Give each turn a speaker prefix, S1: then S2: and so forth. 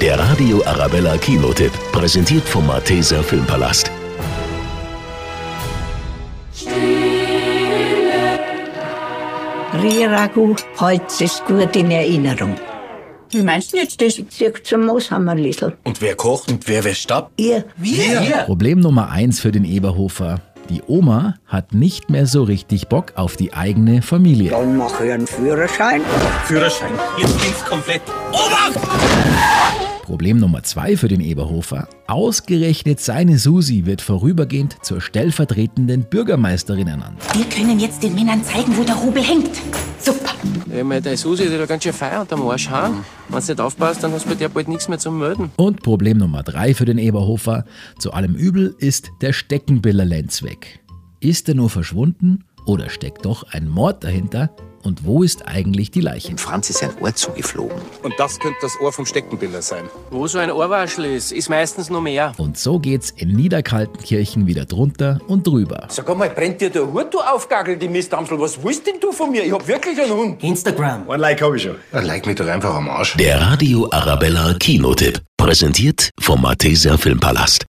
S1: Der Radio Arabella Kinotipp, präsentiert vom Malteser Filmpalast.
S2: Riragu, Holz ist gut in Erinnerung.
S3: Wie meinst du jetzt das?
S2: Zirk zum Mooshammerliesel.
S4: Und wer kocht und wer wäscht ab?
S2: Ihr,
S5: Problem Nummer eins für den Eberhofer. Die Oma hat nicht mehr so richtig Bock auf die eigene Familie.
S2: dann mach ich einen Führerschein.
S4: Führerschein. Jetzt ging's komplett.
S5: Problem Nummer zwei für den Eberhofer. Ausgerechnet seine Susi wird vorübergehend zur stellvertretenden Bürgermeisterin ernannt.
S3: Wir können jetzt den Männern zeigen, wo der Rubel hängt. Super.
S6: Ja, meine, deine Susi hat ja da ganz schön Feier unterm Arsch, ha? Wenn du nicht aufpasst, dann hast du bei dir bald nichts mehr zum Melden.
S5: Und Problem Nummer drei für den Eberhofer. Zu allem Übel ist der Steckenbiller Lenz weg. Ist er nur verschwunden oder steckt doch ein Mord dahinter? Und wo ist eigentlich die Leiche?
S7: Franz ist ein Ohr zugeflogen.
S4: Und das könnte das Ohr vom Steckenbilder sein.
S6: Wo so ein Ohrwaschel ist, ist meistens noch mehr.
S5: Und so geht's in Niederkaltenkirchen wieder drunter und drüber.
S8: Sag mal, brennt dir der Hut, du aufgagelte Mistdamsel? Was willst denn du von mir? Ich hab wirklich einen Hund.
S4: Ein Like habe ich schon.
S7: Dann leg mich doch einfach am Arsch.
S1: Der Radio Arabella Kinotipp, präsentiert vom Malteser Filmpalast.